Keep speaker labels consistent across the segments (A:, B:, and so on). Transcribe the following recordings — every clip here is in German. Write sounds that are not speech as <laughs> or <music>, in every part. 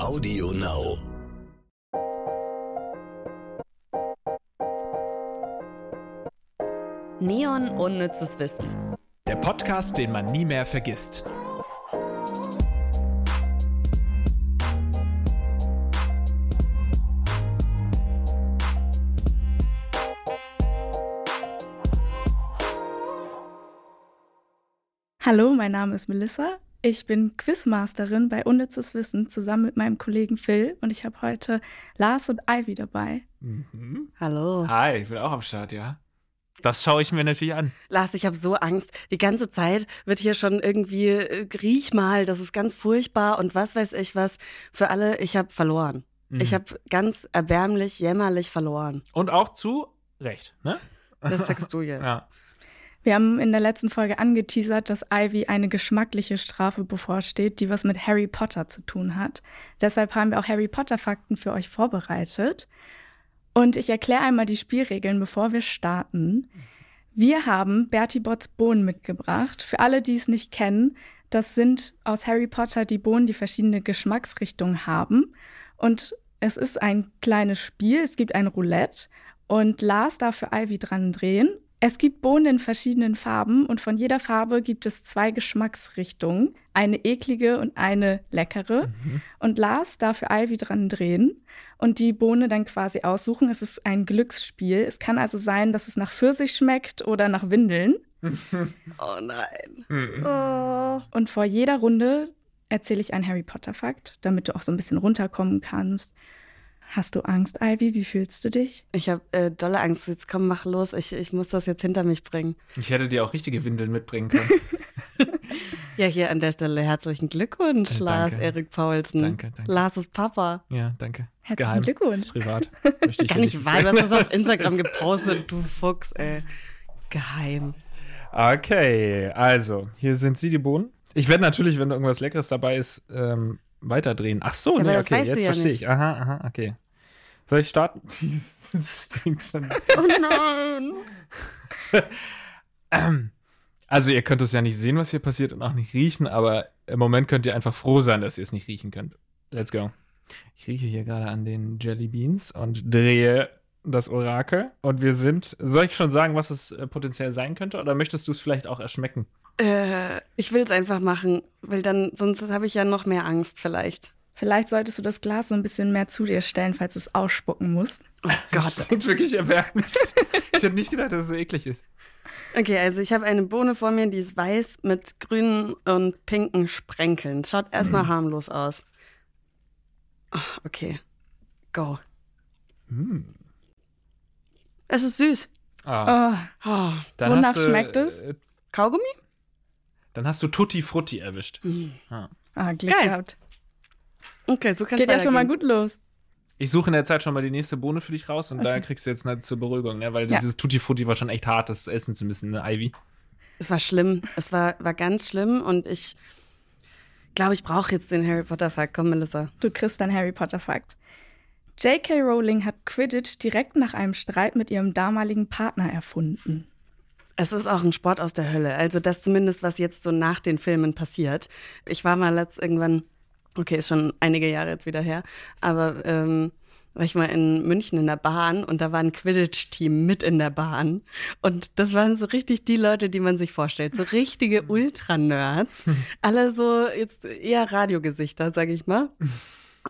A: Audio Now.
B: Neon Unnützes Wissen.
C: Der Podcast, den man nie mehr vergisst.
D: Hallo, mein Name ist Melissa. Ich bin Quizmasterin bei Unnützes Wissen zusammen mit meinem Kollegen Phil und ich habe heute Lars und Ivy dabei.
C: Mhm.
B: Hallo.
C: Hi, ich bin auch am Start, ja. Das schaue ich mir natürlich an.
B: Lars, ich habe so Angst. Die ganze Zeit wird hier schon irgendwie, äh, riech mal, das ist ganz furchtbar und was weiß ich was. Für alle, ich habe verloren.
C: Mhm.
B: Ich habe ganz erbärmlich, jämmerlich verloren.
C: Und auch zu Recht, ne? <laughs>
B: Das sagst du jetzt.
C: Ja.
D: Wir haben in der letzten Folge angeteasert, dass Ivy eine geschmackliche Strafe bevorsteht, die was mit Harry Potter zu tun hat. Deshalb haben wir auch Harry Potter Fakten für euch vorbereitet. Und ich erkläre einmal die Spielregeln, bevor wir starten. Wir haben Bertie Botts Bohnen mitgebracht. Für alle, die es nicht kennen, das sind aus Harry Potter die Bohnen, die verschiedene Geschmacksrichtungen haben. Und es ist ein kleines Spiel. Es gibt ein Roulette. Und Lars darf für Ivy dran drehen. Es gibt Bohnen in verschiedenen Farben und von jeder Farbe gibt es zwei Geschmacksrichtungen. Eine eklige und eine leckere.
C: Mhm.
D: Und Lars darf für Ivy dran drehen und die Bohne dann quasi aussuchen. Es ist ein Glücksspiel. Es kann also sein, dass es nach Pfirsich schmeckt oder nach Windeln.
B: Oh nein.
C: Mhm.
B: Oh.
D: Und vor jeder Runde erzähle ich einen Harry Potter-Fakt, damit du auch so ein bisschen runterkommen kannst. Hast du Angst, Ivy? Wie fühlst du dich?
B: Ich habe äh, dolle Angst. Jetzt komm, mach los. Ich, ich muss das jetzt hinter mich bringen.
C: Ich hätte dir auch richtige Windeln mitbringen können.
B: <laughs> Ja, hier an der Stelle herzlichen Glückwunsch,
C: Äh,
B: Lars
C: danke.
B: Erik Paulsen.
C: Danke, danke.
B: Lars ist Papa.
C: Ja, danke. Ist
D: Herzlichen
C: geheim.
D: Glückwunsch.
C: Ist privat.
B: <laughs>
C: Möchte ich
B: Gar
C: hier
B: nicht wahr. Du hast das
C: <laughs>
B: auf Instagram
C: Stimmt.
B: gepostet, du Fuchs, ey. Geheim.
C: Okay, also, hier sind sie, die Bohnen. Ich werde natürlich, wenn da irgendwas Leckeres dabei ist, ähm, weiterdrehen. Ach so,
B: Ja,
C: nee,
B: aber das
C: okay,
B: weißt du
C: jetzt
B: ja
C: verstehe
B: nicht.
C: ich. Aha, aha, okay. Soll ich starten? <laughs> das
B: <laughs>
C: stinkt schon. ziemlich.
D: Nein.
C: Ähm, Also, ihr könnt es ja nicht sehen, was hier passiert und auch nicht riechen, aber im Moment könnt ihr einfach froh sein, dass ihr es nicht riechen könnt. Let's go. Ich rieche hier gerade an den Jelly Beans und drehe das Orakel. Und wir sind. Soll ich schon sagen, was es äh, potenziell sein könnte? Oder möchtest du es vielleicht auch erschmecken?
B: Äh, ich will es einfach machen, weil dann, sonst habe ich ja noch mehr Angst vielleicht.
D: <laughs> Vielleicht solltest du das Glas so ein bisschen mehr zu dir stellen, falls du es ausspucken musst.
B: Oh
C: <laughs> Das klingt wirklich erbärmlich. ich hätte nicht gedacht, dass es so eklig ist.
B: Okay, also ich habe eine Bohne vor mir, die ist weiß mit grünen und pinken Sprenkeln. Schaut erstmal harmlos aus. Ach, okay, go.
C: Hm.
B: Es ist süß.
C: Ah,
D: Oh,
B: Oh,
C: dann
D: wonach
C: hast du,
D: schmeckt es?
C: äh,
B: Kaugummi?
C: Dann hast du Tutti Frutti erwischt.
B: Hm.
D: ah, Glück
B: Geil.
D: gehabt.
B: Okay, so kannst
D: Geht ja schon mal gut los.
C: Ich suche in der Zeit schon mal die nächste Bohne für dich raus und da kriegst du jetzt eine zur Beruhigung, ne? weil
D: Ja.
C: dieses Tutti Frutti war schon echt hartes Essen zu müssen, ne, Ivy.
B: Es war schlimm. Es war, war ganz schlimm und ich glaube, ich brauche jetzt den Harry Potter Fakt. Komm, Melissa.
D: Du kriegst dein Harry Potter-Fakt. J.K. Rowling hat Quidditch direkt nach einem Streit mit ihrem damaligen Partner erfunden.
B: Es ist auch ein Sport aus der Hölle. Also das zumindest, was jetzt so nach den Filmen passiert. Ich war mal letzt irgendwann, okay, ist schon einige Jahre jetzt wieder her, aber ähm, war ich mal in München in der Bahn und da war ein Quidditch-Team mit in der Bahn. Und das waren so richtig die Leute, die man sich vorstellt. So
C: <laughs>
B: richtige Ultra-Nerds. Alle so jetzt eher Radiogesichter, sag ich
C: <laughs>
B: mal.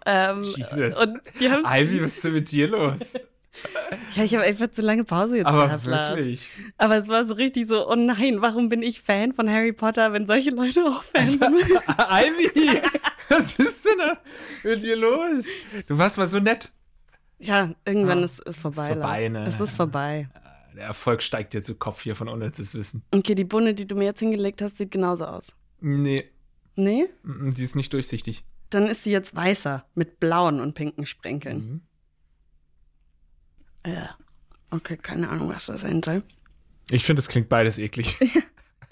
B: Ähm,
C: Jesus.
B: Und die haben,
C: Ivy, was ist denn mit dir
D: <laughs>
C: los?
B: ja, ich habe einfach zu lange Pause jetzt
C: Aber
B: gehabt, Lars.
C: wirklich. <laughs>
B: Aber es war so richtig so, oh nein, warum bin ich Fan von Harry Potter, wenn solche Leute auch
C: Also,
B: Fan sind?
C: Ivy, was ist denn da mit dir los? Du warst mal so nett.
B: ja, irgendwann
C: Ah,
B: ist es vorbei.
C: ist vorbei,
B: Lars.
C: ne?
B: Es ist vorbei.
C: Der Erfolg steigt dir zu Kopf hier von unnützes Wissen.
B: Okay, die Bohne, die du mir jetzt hingelegt hast, sieht genauso aus.
C: Nee,
B: Nee?
C: mm, mm, die ist nicht durchsichtig.
B: Dann ist sie jetzt weißer mit blauen und pinken Sprenkeln.
C: Mhm.
B: Ja. Okay, keine Ahnung, was das sein soll.
C: Ich finde, es klingt beides eklig.
D: <laughs>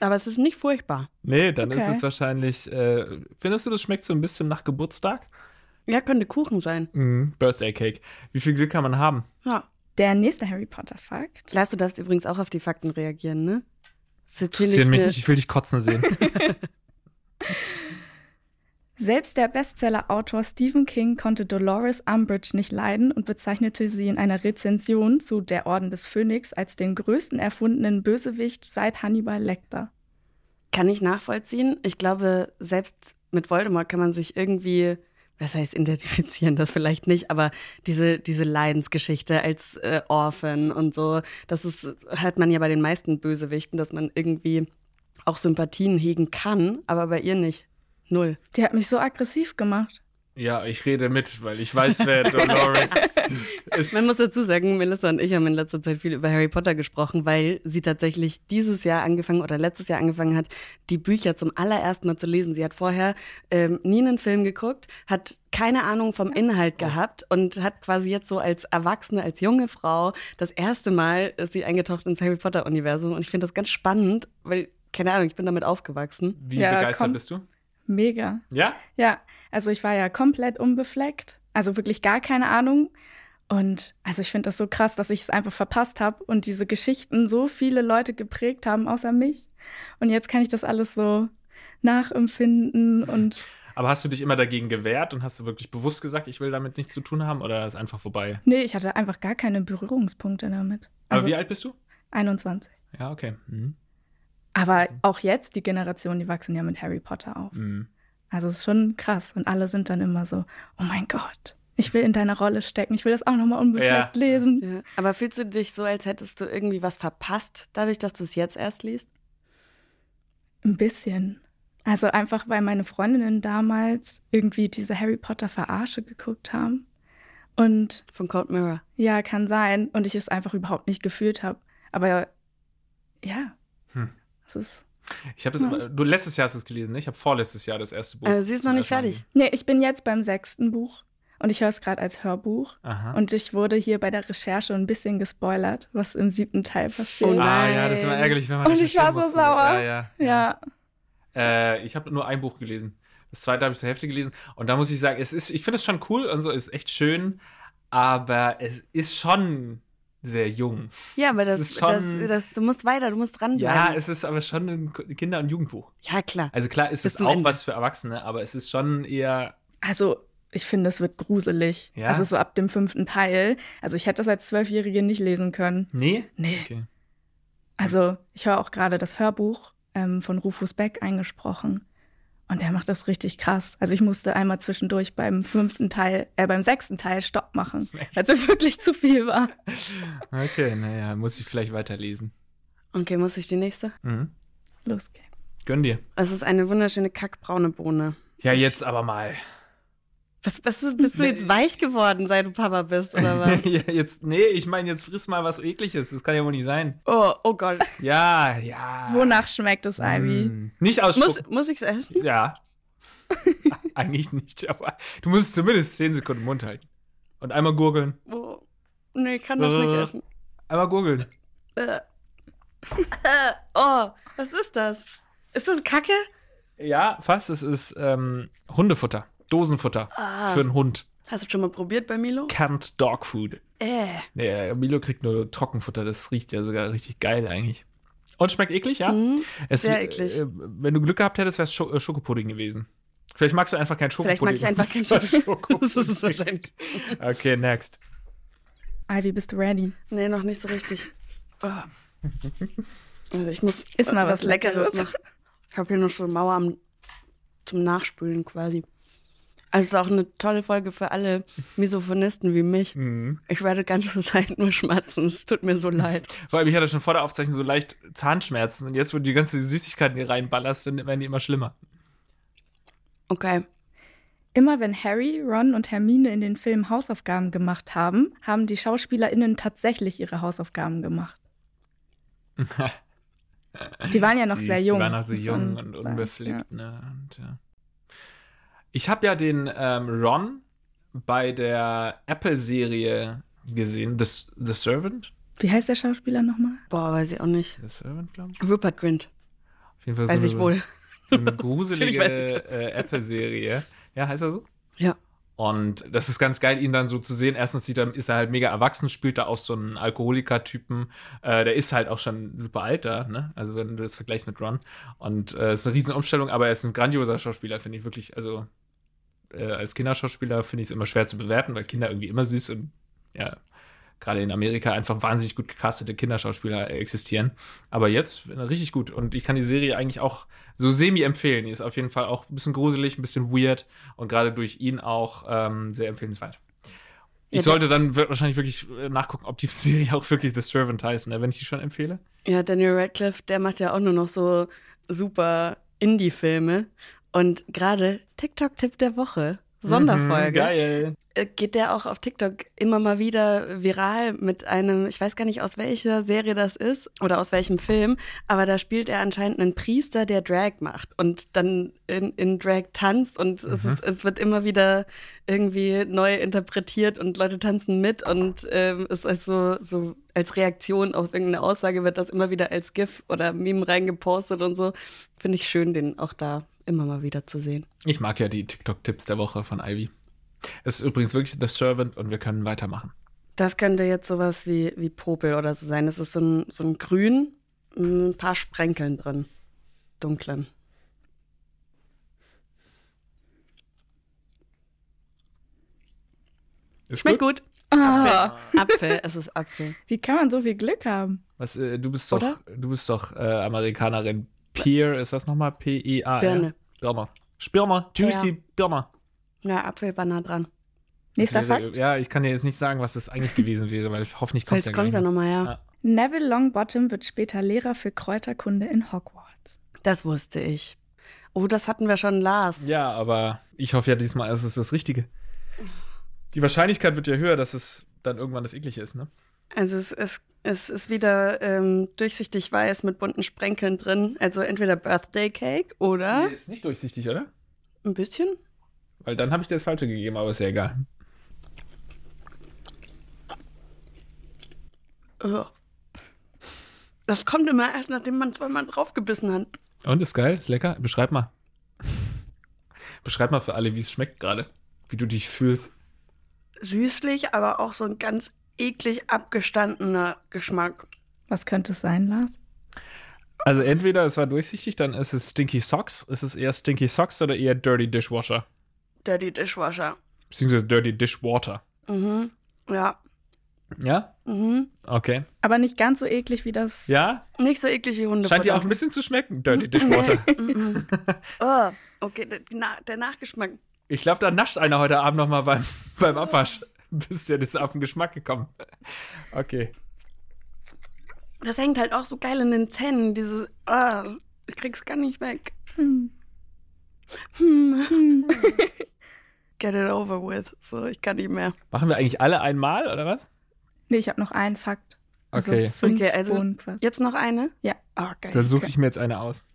B: Aber es ist nicht furchtbar.
C: Nee, dann ist
D: Okay.
C: es wahrscheinlich. Äh, findest du, das schmeckt so ein bisschen nach Geburtstag?
B: Ja, könnte Kuchen sein.
C: Mhm. Birthday Cake. Wie viel Glück kann man haben?
B: Ja.
D: Der nächste Harry Potter-Fakt.
B: Lars, du darfst übrigens auch auf die Fakten reagieren, ne? Das ist jetzt hier
C: Interessieren
B: nicht
C: mich
B: eine-
C: nicht, ich will dich kotzen sehen.
D: Selbst der Bestseller-Autor Stephen King konnte Dolores Umbridge nicht leiden und bezeichnete sie in einer Rezension zu Der Orden des Phönix als den größten erfundenen Bösewicht seit Hannibal Lecter.
B: Kann ich nachvollziehen. Ich glaube, selbst mit Voldemort kann man sich irgendwie, was heißt identifizieren, das vielleicht nicht, aber diese, diese Leidensgeschichte als äh, Orphan und so, das ist, hat man ja bei den meisten Bösewichten, dass man irgendwie auch Sympathien hegen kann, aber bei ihr nicht. Null.
D: Die hat mich so aggressiv gemacht.
C: Ja, ich rede mit, weil ich weiß, wer Dolores ist.
B: Man muss dazu sagen, Melissa und ich haben in letzter Zeit viel über Harry Potter gesprochen, weil sie tatsächlich dieses Jahr angefangen oder letztes Jahr angefangen hat, die Bücher zum allerersten Mal zu lesen. Sie hat vorher ähm, nie einen Film geguckt, hat keine Ahnung vom Inhalt gehabt und hat quasi jetzt so als Erwachsene, als junge Frau das erste Mal ist sie eingetaucht ins Harry Potter Universum und ich finde das ganz spannend, weil keine Ahnung, ich bin damit aufgewachsen.
C: Wie
D: Ja,
C: begeistert
D: komm.
C: bist du?
D: Mega.
C: Ja?
D: Ja, also ich war ja komplett unbefleckt, also wirklich gar keine Ahnung. Und also ich finde das so krass, dass ich es einfach verpasst habe und diese Geschichten so viele Leute geprägt haben, außer mich. Und jetzt kann ich das alles so nachempfinden und
C: Aber hast du dich immer dagegen gewehrt und hast du wirklich bewusst gesagt, ich will damit nichts zu tun haben oder ist einfach vorbei?
D: nee, ich hatte einfach gar keine Berührungspunkte damit.
C: Aber
D: Also
C: wie alt bist du?
D: 21.
C: Ja, okay. Mhm.
D: Aber auch jetzt die Generation, die wachsen ja mit Harry Potter auf.
C: Mhm.
D: Also es ist schon krass und alle sind dann immer so, oh mein Gott, ich will in deiner Rolle stecken, ich will das auch noch mal unbefleckt
C: Ja.
D: lesen.
B: Ja. Aber fühlst du dich so, als hättest du irgendwie was verpasst, dadurch, dass du es jetzt erst liest?
D: Ein bisschen. Also einfach, weil meine Freundinnen damals irgendwie diese Harry Potter Verarsche geguckt haben. Und
B: Von Cold Mirror.
D: ja, kann sein. Und ich es einfach überhaupt nicht gefühlt habe. Aber ja,
C: Hm.
D: es ist.
C: Ich habe das,
D: Mhm.
C: aber- du letztes Jahr hast du es gelesen, ne? Ich habe vorletztes Jahr das erste Buch.
B: Also sie ist noch
C: zum
B: nicht
C: ersten Mal
B: fertig.
D: Nee, ich bin jetzt beim sechsten Buch und ich höre es gerade als Hörbuch.
C: gelesen. Aha.
D: Und ich wurde hier bei der Recherche ein bisschen gespoilert, was im siebten Teil passiert.
B: Oh nein.
C: ah ja, das ist immer ärgerlich, wenn man
D: Und ich
C: recherchieren
D: war so
C: muss.
D: sauer.
C: Ja,
D: Ja,
C: ja. Äh, ich habe nur ein Buch gelesen. Das zweite habe ich zur Hälfte gelesen. Und da muss ich sagen, es ist, ich finde es schon cool und so, es ist echt schön, aber es ist schon sehr jung.
B: Ja, aber
C: Das
B: das,
C: ist
B: das,
C: schon-
B: das, du musst weiter, du musst
C: Ja,
B: dranbleiben.
C: es ist aber schon ein Kinder- und Jugendbuch.
B: ja klar.
C: Also klar ist
B: Bis
C: es
B: zum
C: auch
B: Ende.
C: was für Erwachsene, aber es ist schon eher.
D: Also, ich finde, es wird gruselig.
C: Ja?
D: Also so ab dem fünften Teil. Also ich hätte das als Zwölfjährige nicht lesen können.
C: Nee?
D: Nee.
C: Okay.
D: Also ich höre auch gerade das Hörbuch ähm, von Rufus Beck eingesprochen. Und der macht das richtig krass. Also ich musste einmal zwischendurch beim fünften Teil, äh, beim sechsten Teil Stopp machen,
C: Echt?
D: weil es mir wirklich zu viel war.
C: Okay, naja, muss ich vielleicht weiterlesen.
B: Okay, muss ich die nächste?
C: Mhm.
D: Los geht's.
C: Gönn dir.
B: Es ist eine wunderschöne kackbraune Bohne.
C: Ja, jetzt aber mal.
B: Was, was ist- bist du jetzt weich geworden, seit du Papa bist, oder was?
C: <laughs> ja, jetzt, nee, ich meine, jetzt friss mal was ekliges. Das kann ja wohl nicht sein.
B: <laughs> Oh, oh Gott.
C: Ja, ja.
D: Wonach schmeckt es, Ivy?
C: Ah. Mm. Nicht ausspucken.
B: Muss, muss ich's essen?
C: <laughs> Ja. Eigentlich nicht, aber du musst zumindest 10 Sekunden Mund halten. Und einmal gurgeln.
B: Oh, nee, ich kann das nicht
C: Äh.
B: essen.
C: Einmal gurgeln.
B: Äh. <laughs> Äh, oh, was ist das? Ist das Kacke?
C: Ja, fast. Es ist ähm, Hundefutter. Dosenfutter
B: Ah.
C: für einen Hund.
B: Hast du schon mal probiert bei Milo?
C: Canned Dog Food.
B: Äh.
C: Nee, Milo kriegt nur Trockenfutter. Das riecht ja sogar richtig geil eigentlich. Und schmeckt eklig, ja?
B: Mhm.
C: Es-
B: sehr eklig.
C: Äh, wenn du Glück gehabt hättest, wär's Scho äh, Schokopudding gewesen. Vielleicht magst du einfach keinen
B: Vielleicht mag
C: Schokopudding.
B: ich <laughs> einfach
C: <laughs>
B: keinen
C: Schokopudding.
B: Das ist wahrscheinlich.
C: Okay, next.
D: Ivy, bist du ready?
B: Nee, noch nicht so richtig. Oh. Also ich muss
D: Ah. Iss mal was Leckeres.
B: noch. Ich habe hier noch so eine Mauer am, zum Nachspülen quasi. Also es ist auch eine tolle Folge für alle Misophonisten wie mich.
C: Mhm.
B: Ich werde die ganze <laughs> Zeit nur schmatzen. Es tut mir so leid.
C: Vor allem, ich hatte schon vor der Aufzeichnung so leicht Zahnschmerzen und jetzt, wo du die ganzen Süßigkeiten hier reinballerst, werden werden die immer schlimmer.
B: Okay.
D: Immer wenn Harry, Ron und Hermine in den Filmen Hausaufgaben gemacht haben, haben die SchauspielerInnen tatsächlich ihre Hausaufgaben
C: <laughs>
D: gemacht. Die waren ja noch
C: Süß,
D: sehr jung.
C: Die waren noch so
D: muss man
C: jung und
D: sagen.
C: unbefleckt. Ne? Und, ja. Ich habe ja den ähm, Ron bei der Apple-Serie gesehen, The, S- The Servant.
D: Ja. Wie heißt der Schauspieler nochmal?
B: Boah, weiß ich auch nicht.
C: The Servant, glaube ich.
B: Rupert Grint.
C: Auf jeden Fall
B: Weiß
C: so
B: ich
C: eine,
B: wohl.
C: So eine
B: Mhm. Natürlich
C: gruselige
B: weiß ich das.
C: äh, Apple-Serie. Ja, heißt er so?
B: Ja.
C: Und das ist ganz geil, ihn dann so zu sehen. Erstens sieht er, ist er halt mega erwachsen, spielt da auch so einen Alkoholiker-Typen. Äh, der ist halt auch schon super alter, ne? Also wenn du das vergleichst mit Ron. Und äh, ist eine riesen Umstellung, aber er ist ein grandioser Schauspieler, finde ich wirklich. Also äh, als Kinderschauspieler finde ich es immer schwer zu bewerten, weil Kinder irgendwie immer süß und ja, gerade in Amerika einfach wahnsinnig gut gecastete Kinderschauspieler existieren. Aber jetzt äh, richtig gut. Und ich kann die Serie eigentlich auch so semi empfehlen. Die ist auf jeden Fall auch ein bisschen gruselig, ein bisschen weird und gerade durch ihn auch ähm, sehr empfehlenswert.
B: Ja,
C: Ich
B: da-
C: sollte dann wir- wahrscheinlich wirklich äh, nachgucken, ob die <laughs> Serie auch wirklich The Servant heißt, ne, wenn ich die schon empfehle.
B: Ja, Daniel Radcliffe, der macht ja auch nur noch so super Indie-Filme. Und gerade TikTok-Tipp der Woche, Sonderfolge.
C: Mhm, geil.
B: äh, geht der auch auf TikTok immer mal wieder viral mit einem, ich weiß gar nicht aus welcher Serie das ist oder aus welchem Film, aber da spielt er anscheinend einen Priester, der Drag macht und dann in, in Drag tanzt und es,
C: Mhm.
B: ist, es wird immer wieder irgendwie neu interpretiert und Leute tanzen mit und ähm, es ist so, so als Reaktion auf irgendeine Aussage wird das immer wieder als GIF oder Meme reingepostet und so. Finde ich schön, den auch da immer mal wieder zu sehen.
C: Ich mag ja die TikTok-Tipps der Woche von Ivy. Es ist übrigens wirklich The Servant und wir können weitermachen.
B: Das könnte jetzt sowas wie, wie Popel oder so sein. Das ist so ein, so ein Grün, ein paar Sprenkeln drin. Dunklen.
C: Ist
B: Schmeckt gut.
D: Ah,
B: Apfel, es ist Apfel.
D: wie kann man so viel Glück haben?
C: Was, äh, du bist doch,
B: Oder?
C: du bist doch äh, Amerikanerin. Peer ist was nochmal? E P-E-A.
B: Birne.
C: Birner. Spirmer. Juicy Birner.
B: Na, Apfel war nah dran.
D: Nächster
C: Das wäre-
D: Fakt.
C: Ja, ich kann dir jetzt nicht sagen, was das eigentlich gewesen wäre, weil hoffentlich kommt
B: Vielleicht kommt er
C: gleich Ah.
B: nochmal, ja.
C: Ja.
D: Neville Longbottom wird später Lehrer für Kräuterkunde in Hogwarts.
B: Das wusste ich. Oh, das hatten wir schon, Lars.
C: Ja, aber ich hoffe ja diesmal, ist es das Richtige. Die Wahrscheinlichkeit wird ja höher, dass es dann irgendwann das Eklige ist, ne?
B: Also es ist, es ist wieder ähm, durchsichtig weiß mit bunten Sprenkeln drin. Also entweder Birthday Cake oder
C: Nee, ist nicht durchsichtig, oder?
B: ein bisschen.
C: Weil dann habe ich dir das Falsche gegeben, aber ist ja egal.
B: Ugh. Oh. Das kommt immer erst, nachdem man zweimal draufgebissen hat.
C: Und ist geil, ist lecker. Beschreib mal. <laughs> Beschreib mal für alle, wie es schmeckt gerade. Wie du dich fühlst.
B: süßlich, aber auch so ein ganz eklig abgestandener Geschmack.
D: Was könnte es sein, Lars?
C: Also entweder es war durchsichtig, dann ist es Stinky Socks. Ist es eher Stinky Socks oder eher Dirty Dishwasher?
B: Daddy Dishwasher.
C: Beziehungsweise Dirty Dishwater.
B: Mhm. Ja.
C: Ja?
B: Mhm.
C: Okay.
D: Aber nicht ganz so eklig wie das.
C: Ja?
B: Nicht so eklig wie Hunde.
C: Scheint dir
B: <laughs>
C: auch ein bisschen zu schmecken, Dirty Dishwater. <laughs>
B: oh, okay, der, na, der Nachgeschmack.
C: Ich glaube, da nascht einer heute Abend nochmal beim, <laughs> beim Abwasch. Bist ja das auf den Geschmack gekommen. Okay.
B: Das hängt halt auch so geil in den Zähnen. Dieses, oh, ich krieg's gar nicht weg.
D: Hm.
B: Hm.
D: Hm.
B: Get it over with. So, ich kann nicht mehr.
C: Machen wir eigentlich alle einmal, oder was?
D: Nee, ich habe noch einen Fakt.
C: Okay.
D: fünf
B: Okay, also-
D: Bohnen quasi.
B: Jetzt noch eine?
D: Ja.
B: Oh, geil.
C: Dann suche ich mir jetzt eine aus.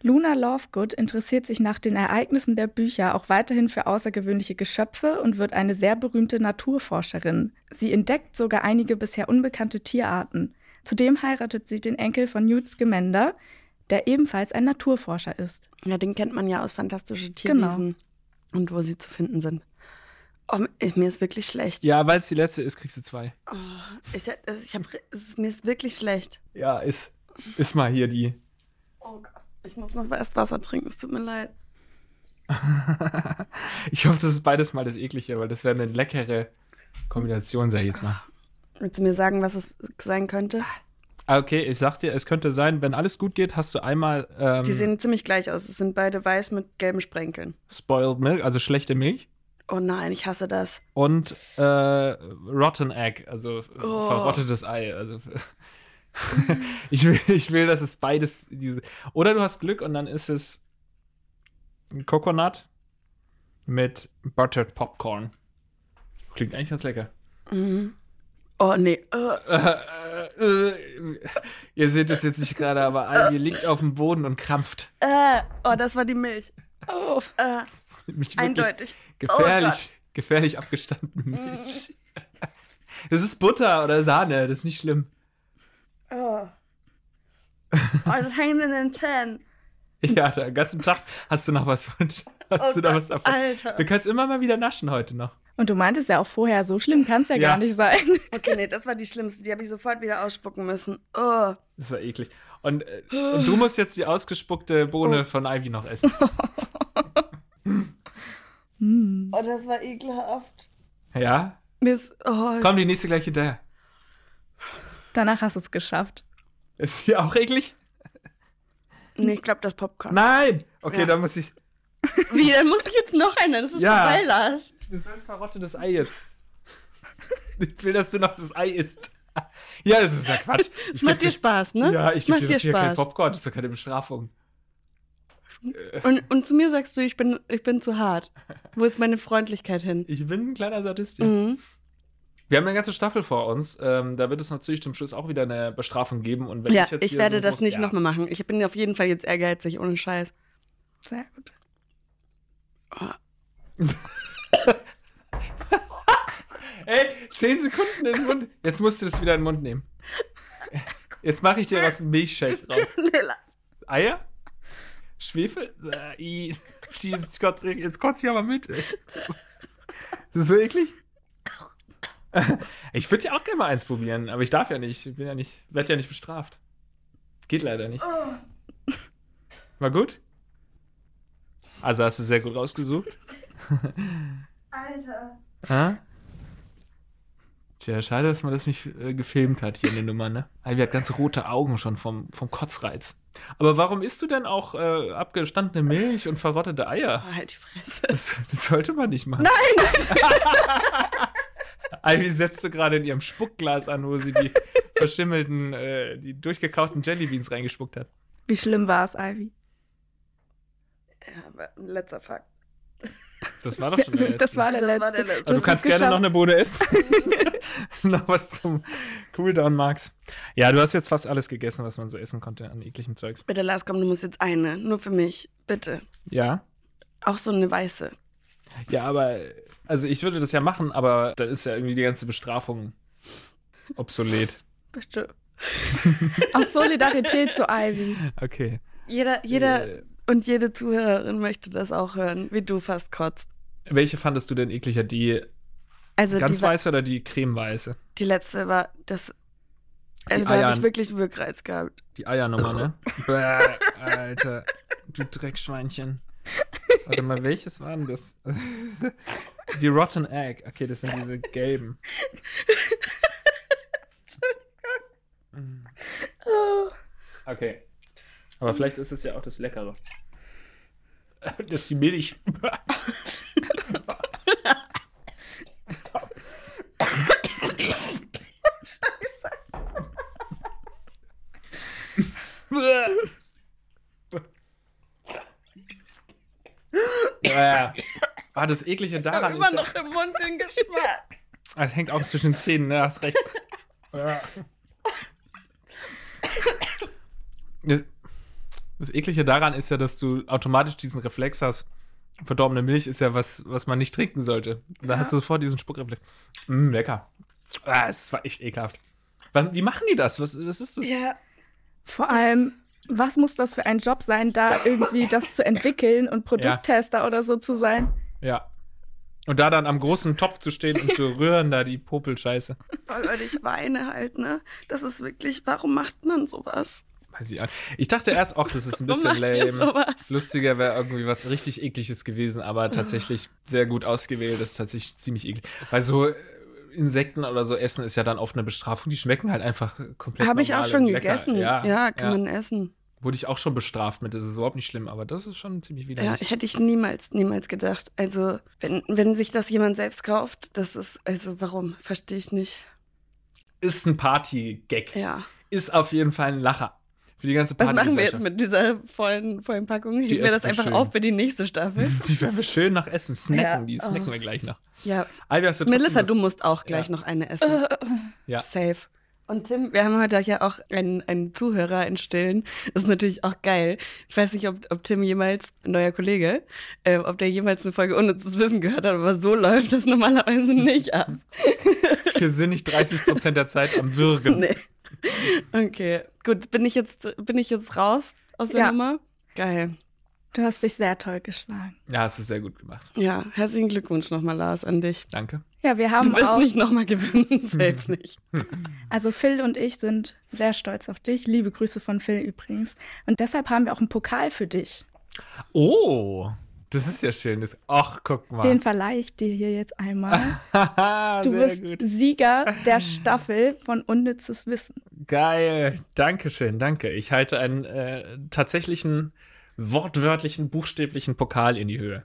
D: Luna Lovegood interessiert sich nach den Ereignissen der Bücher auch weiterhin für außergewöhnliche Geschöpfe und wird eine sehr berühmte Naturforscherin. Sie entdeckt sogar einige bisher unbekannte Tierarten. Zudem heiratet sie den Enkel von Newt Scamander, der ebenfalls ein Naturforscher ist.
B: Ja, den kennt man ja aus Fantastische Tierwesen.
C: Genau.
B: Und wo sie zu finden sind. Oh, mir ist wirklich schlecht.
C: Ja, weil es die letzte ist, kriegst du zwei.
B: Oh, ich, also ich hab, es, mir ist wirklich schlecht.
C: Ja, ist, ist mal hier die.
B: Oh Gott, ich muss noch erst Wasser trinken, es tut mir leid.
C: ich hoffe, das ist beides mal das Eklige, weil das wäre eine leckere Kombination, sag ich jetzt mal.
B: Willst du mir sagen, was es sein könnte?
C: Ah, Okay, ich sag dir, es könnte sein, wenn alles gut geht, hast du einmal ähm,
B: Die sehen ziemlich gleich aus. Es sind beide weiß mit gelben Sprenkeln.
C: Spoiled Milk, also schlechte Milch,
B: Oh nein, ich hasse das.
C: und äh, Rotten Egg, also äh,
B: Oh.
C: verrottetes Ei. Also, <laughs> ich, will, ich will, dass es beides. Diese, oder du hast Glück und dann ist es ein Coconut mit Buttered Popcorn. Klingt eigentlich ganz lecker. <laughs>
B: Mhm. Oh nee. Ugh.
C: Äh, äh, ihr seht es jetzt nicht gerade, aber Ivy liegt auf dem Boden und krampft. <laughs>
B: Äh. Oh, das war die Milch.
D: Oh,
B: Äh.
C: Das ist nämlich wirklich
B: Eindeutig. Oh
C: Gefährlich, gefährlich abgestanden
B: Mm.
C: Milch. <laughs> Das ist Butter oder Sahne, das ist nicht schlimm.
B: Oh. Oh, das hängt in den Zähnen.
C: Ja, den ganzen Tag hast du noch was von. Hast du
B: Oh
C: noch
B: Gott,
C: was davon?
B: Alter.
C: Wir können es immer mal wieder naschen heute noch.
D: und du meintest ja auch vorher, so schlimm kann es ja,
C: Ja.
D: gar nicht sein. <laughs>
B: Okay, nee, das war die schlimmste. Die habe ich sofort wieder ausspucken müssen. Oh.
C: Das ist ja eklig. Und, äh, und du
B: Oh.
C: musst jetzt die ausgespuckte Bohne von Ivy noch essen.
D: Mm.
B: Oh, das war ekelhaft.
C: Ja?
B: Mir ist, oh,
C: Komm, die nächste gleich hinterher.
D: Danach hast du es geschafft.
C: Ist die auch eklig?
B: nee, ich glaube, das Popcorn.
C: Nein! Okay,
B: Ja.
C: dann muss ich.
B: Wie, dann muss ich jetzt noch eine? Das ist
C: Ja.
B: vorbei, Lars.
C: Du sollst verrottetes Ei jetzt. Ich will, dass du noch das Ei isst. Ja, das ist ja Quatsch.
B: Es
C: Ich
B: macht
C: geb
B: dir Spaß, ne?
C: Ja, ich gebe
B: macht
C: dir,
B: dir
C: doch hier kein
B: Spaß.
C: Popcorn. Das ist doch keine Bestrafung.
B: Und, und zu mir sagst du, ich bin, ich bin zu hart. Wo ist meine Freundlichkeit hin?
C: Ich bin ein kleiner Sadist. ja.
B: Mhm.
C: Wir haben eine ganze Staffel vor uns. Ähm, da wird es natürlich zum Schluss auch wieder eine Bestrafung geben. Und wenn
B: Ja, ich,
C: ich, jetzt hier
B: werde
C: so
B: das
C: groß-
B: nicht
C: ja.
B: nochmal machen. Ich bin auf jeden Fall jetzt ehrgeizig, ohne
C: <laughs>
B: Scheiß.
D: Sehr gut.
C: Ey, zehn Sekunden in den Mund. Jetzt musst du das wieder in den Mund nehmen. Jetzt mache ich dir was einen Milchshake draus.
B: Nee, Lars.
C: Eier? Schwefel? Äh, i- Jesus Gott, jetzt kotze ich aber mit. ey. Das ist so eklig. Ich würde ja auch gerne mal eins probieren, aber ich darf ja nicht. Ich bin ja nicht, werd ja nicht bestraft. Geht leider nicht. War gut? Also hast du sehr gut rausgesucht. <laughs> Alter. Tja, schade, dass man das nicht äh, gefilmt hat hier in der Nummer, ne? Ivy hat ganz rote Augen schon vom, vom Kotzreiz. Aber warum isst du denn auch äh, abgestandene Milch und verrottete Eier?
B: Oh, halt die Fresse.
C: Das, das sollte man nicht machen. Nein, nein. <laughs> Ivy setzte gerade in ihrem Spuckglas an, wo sie die verschimmelten, äh, die durchgekauten Jellybeans reingespuckt hat.
D: Wie schlimm war es, Ivy?
B: Ja, aber letzter Fakt.
C: Das war doch schon der
D: Das
C: letzte.
D: war der
B: Das
D: letzte.
B: war der letzte.
C: Aber
D: hast
C: du
D: es
C: kannst gerne
D: geschafft.
C: noch eine Bohne essen. noch was zum Cooldown, Max. Ja, du hast jetzt fast alles gegessen, was man so essen konnte an ekligem Zeugs.
B: Bitte, Lars, komm, du musst jetzt eine. Nur für mich. Bitte.
C: Ja.
B: Auch so eine weiße.
C: Ja, aber, also ich würde das ja machen, aber dann ist ja irgendwie die ganze Bestrafung obsolet.
B: Bitte.
D: Aus Solidarität zu Ivy.
C: Okay.
B: Jeder, jeder
C: Äh,
B: und jede Zuhörerin möchte das auch hören, wie du fast kotzt.
C: welche fandest du denn ekliger? Die
B: Also
C: ganz
B: die, wa-
C: weiße oder die cremeweiße?
B: die letzte war das. Also da
C: Eier-
B: habe ich wirklich einen Wirkreiz gehabt.
C: Die
B: <laughs>
C: Eiernummer, ne? Bäh, Alter, du Dreckschweinchen. Warte mal, welches waren das? <laughs> Die Rotten Egg. Okay, das sind diese gelben. Okay. Aber vielleicht ist es ja auch das <laughs> Leckere. Das ist die Milch. <laughs> ja. Ah, das Eklige daran ist. ja-
B: im Mund den Geschmack.
C: Ah, Das hängt auch zwischen den Zähnen, ne?
B: <laughs>
C: Hast recht. Ja. Das das Eklige daran ist ja, dass du automatisch diesen Reflex hast. Verdorbene Milch ist ja was, was man nicht trinken sollte. Da
D: Ja.
C: hast du sofort diesen Spuckreflex. Mm, lecker. Ah, es war echt ekelhaft. Was, wie machen die das? Was, was ist das?
B: Ja,
D: Vor allem, was muss das für ein Job sein, da irgendwie das zu entwickeln und Produkttester oder so zu sein?
C: Ja. Und da dann am großen Topf zu stehen
B: <laughs>
C: und zu rühren, da die Popelscheiße.
B: oh, Leute, ich weine halt, ne? Das ist wirklich, warum macht man sowas?
C: Weil sie an- Ich dachte erst, ach, das ist ein
B: Warum
C: bisschen
B: macht ihr
C: lame.
B: sowas?
C: Lustiger wäre irgendwie was richtig ekliges gewesen, aber tatsächlich sehr gut ausgewählt. Das ist tatsächlich ziemlich eklig. Weil so äh, Insekten oder so essen ist ja dann oft eine Bestrafung. Die schmecken halt einfach komplett
B: Habe ich auch
C: normal
B: schon
C: und lecker.
B: gegessen. Ja,
C: Ja,
B: kann man essen.
C: Wurde ich auch schon bestraft mit. Das ist überhaupt nicht schlimm, aber das ist schon ziemlich
B: Ja,
C: widerlich.
B: hätte ich niemals, niemals gedacht. Also, wenn, wenn sich das jemand selbst kauft, das ist, also warum? Verstehe ich nicht.
C: ist ein Party-Gag.
B: Ja.
C: Ist auf jeden Fall ein Lacher. Für die ganze
B: Was
C: Party.
B: machen wir jetzt mit dieser vollen, vollen Packung? Heben wir
C: ist
B: das einfach
C: schön.
B: auf für die nächste
C: <laughs>
B: Staffel?
C: Die werden wir schön nach Essen snacken.
B: Ja.
C: Die snacken
B: Oh.
C: wir gleich noch.
B: ja.
C: Ivy, hast du trotzdem
B: Melissa,
C: was-
B: du musst auch gleich
C: Ja.
B: noch eine
D: Äh,
B: essen.
C: Ja.
B: Safe. Und Tim, wir haben heute ja auch einen, einen Zuhörer in Stillen. Das ist natürlich auch geil. Ich weiß nicht, ob, ob Tim jemals, ein neuer Kollege, äh, ob der jemals eine Folge unnützes Wissen gehört hat, aber so läuft das normalerweise nicht
C: <laughs>
B: ab.
C: Wir sind nicht 30% der Zeit am Würgen.
B: <laughs> Nee. Okay, gut. Bin ich jetzt, bin ich jetzt raus aus der
D: Ja.
B: Nummer? Geil.
D: Du hast dich sehr toll geschlagen.
C: Ja, hast du sehr gut gemacht.
B: Ja, herzlichen Glückwunsch nochmal, Lars, an dich.
C: Danke.
D: Ja, wir haben
B: Du wirst
D: auch.
B: nicht nochmal gewinnen,
C: <laughs>
B: selbst nicht.
D: Also Phil und ich sind sehr stolz auf dich. Liebe Grüße von Phil übrigens. Und deshalb haben wir auch einen Pokal für dich.
C: Oh, Das ist ja schön. Das, ach, guck mal. <laughs>
D: Den verleihe ich dir hier
B: <laughs>
D: jetzt einmal. Du
C: Sehr
D: bist
C: gut.
D: Sieger der Staffel von Unnützes Wissen.
C: Geil. Dankeschön, danke. Ich halte einen äh, tatsächlichen, wortwörtlichen, buchstäblichen Pokal in die Höhe.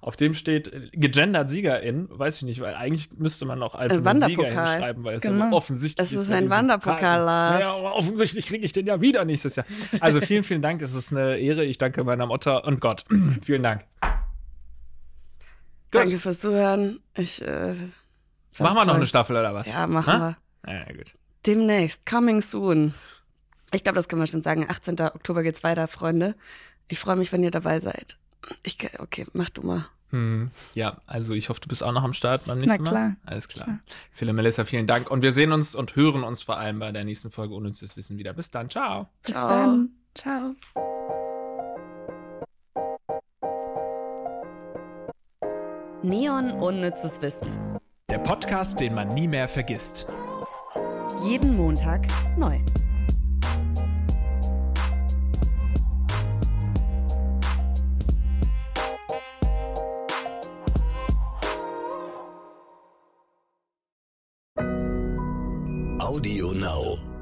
C: Auf dem steht äh, gegendert Siegerin, weiß ich nicht, weil eigentlich müsste man auch einfach
B: Äh,
C: nur Sieger
B: Wanderpokal.
C: hinschreiben, weil es
D: Genau.
C: ja offensichtlich
B: Es ist
C: mit
B: ein
C: diesem
B: Wanderpokal,
C: Pokal.
B: Lars.
C: Naja, aber offensichtlich kriege ich den ja wieder nächstes Jahr. Also vielen, vielen Dank. Es ist eine Ehre. Ich danke meiner Mutter und Gott. <clears throat> vielen Dank. Gut.
B: Danke fürs Zuhören. Ich, äh, fand's
C: Machen wir noch
B: toll.
C: eine Staffel oder was?
B: Ja, machen
C: Ha?
B: wir.
C: Ja, gut.
B: Demnächst, coming soon. Ich glaube, das können wir schon sagen. 18. Oktober geht's weiter, Freunde. Ich freue mich, wenn ihr dabei seid. Ich, ge- okay, mach du mal.
C: Hm. Ja, also ich hoffe, du bist auch noch am Start beim nächsten
D: klar.
C: Mal. Alles klar.
D: Klar.
C: Phil und Melissa, vielen Dank. Und wir sehen uns und hören uns vor allem bei der nächsten Folge Unnützes Wissen wieder. Bis dann. Ciao.
D: Bis
B: Ciao.
D: dann. Ciao.
E: Neon Unnützes Wissen.
C: Der Podcast, den man nie mehr vergisst.
E: Jeden Montag neu.
A: Audio Now.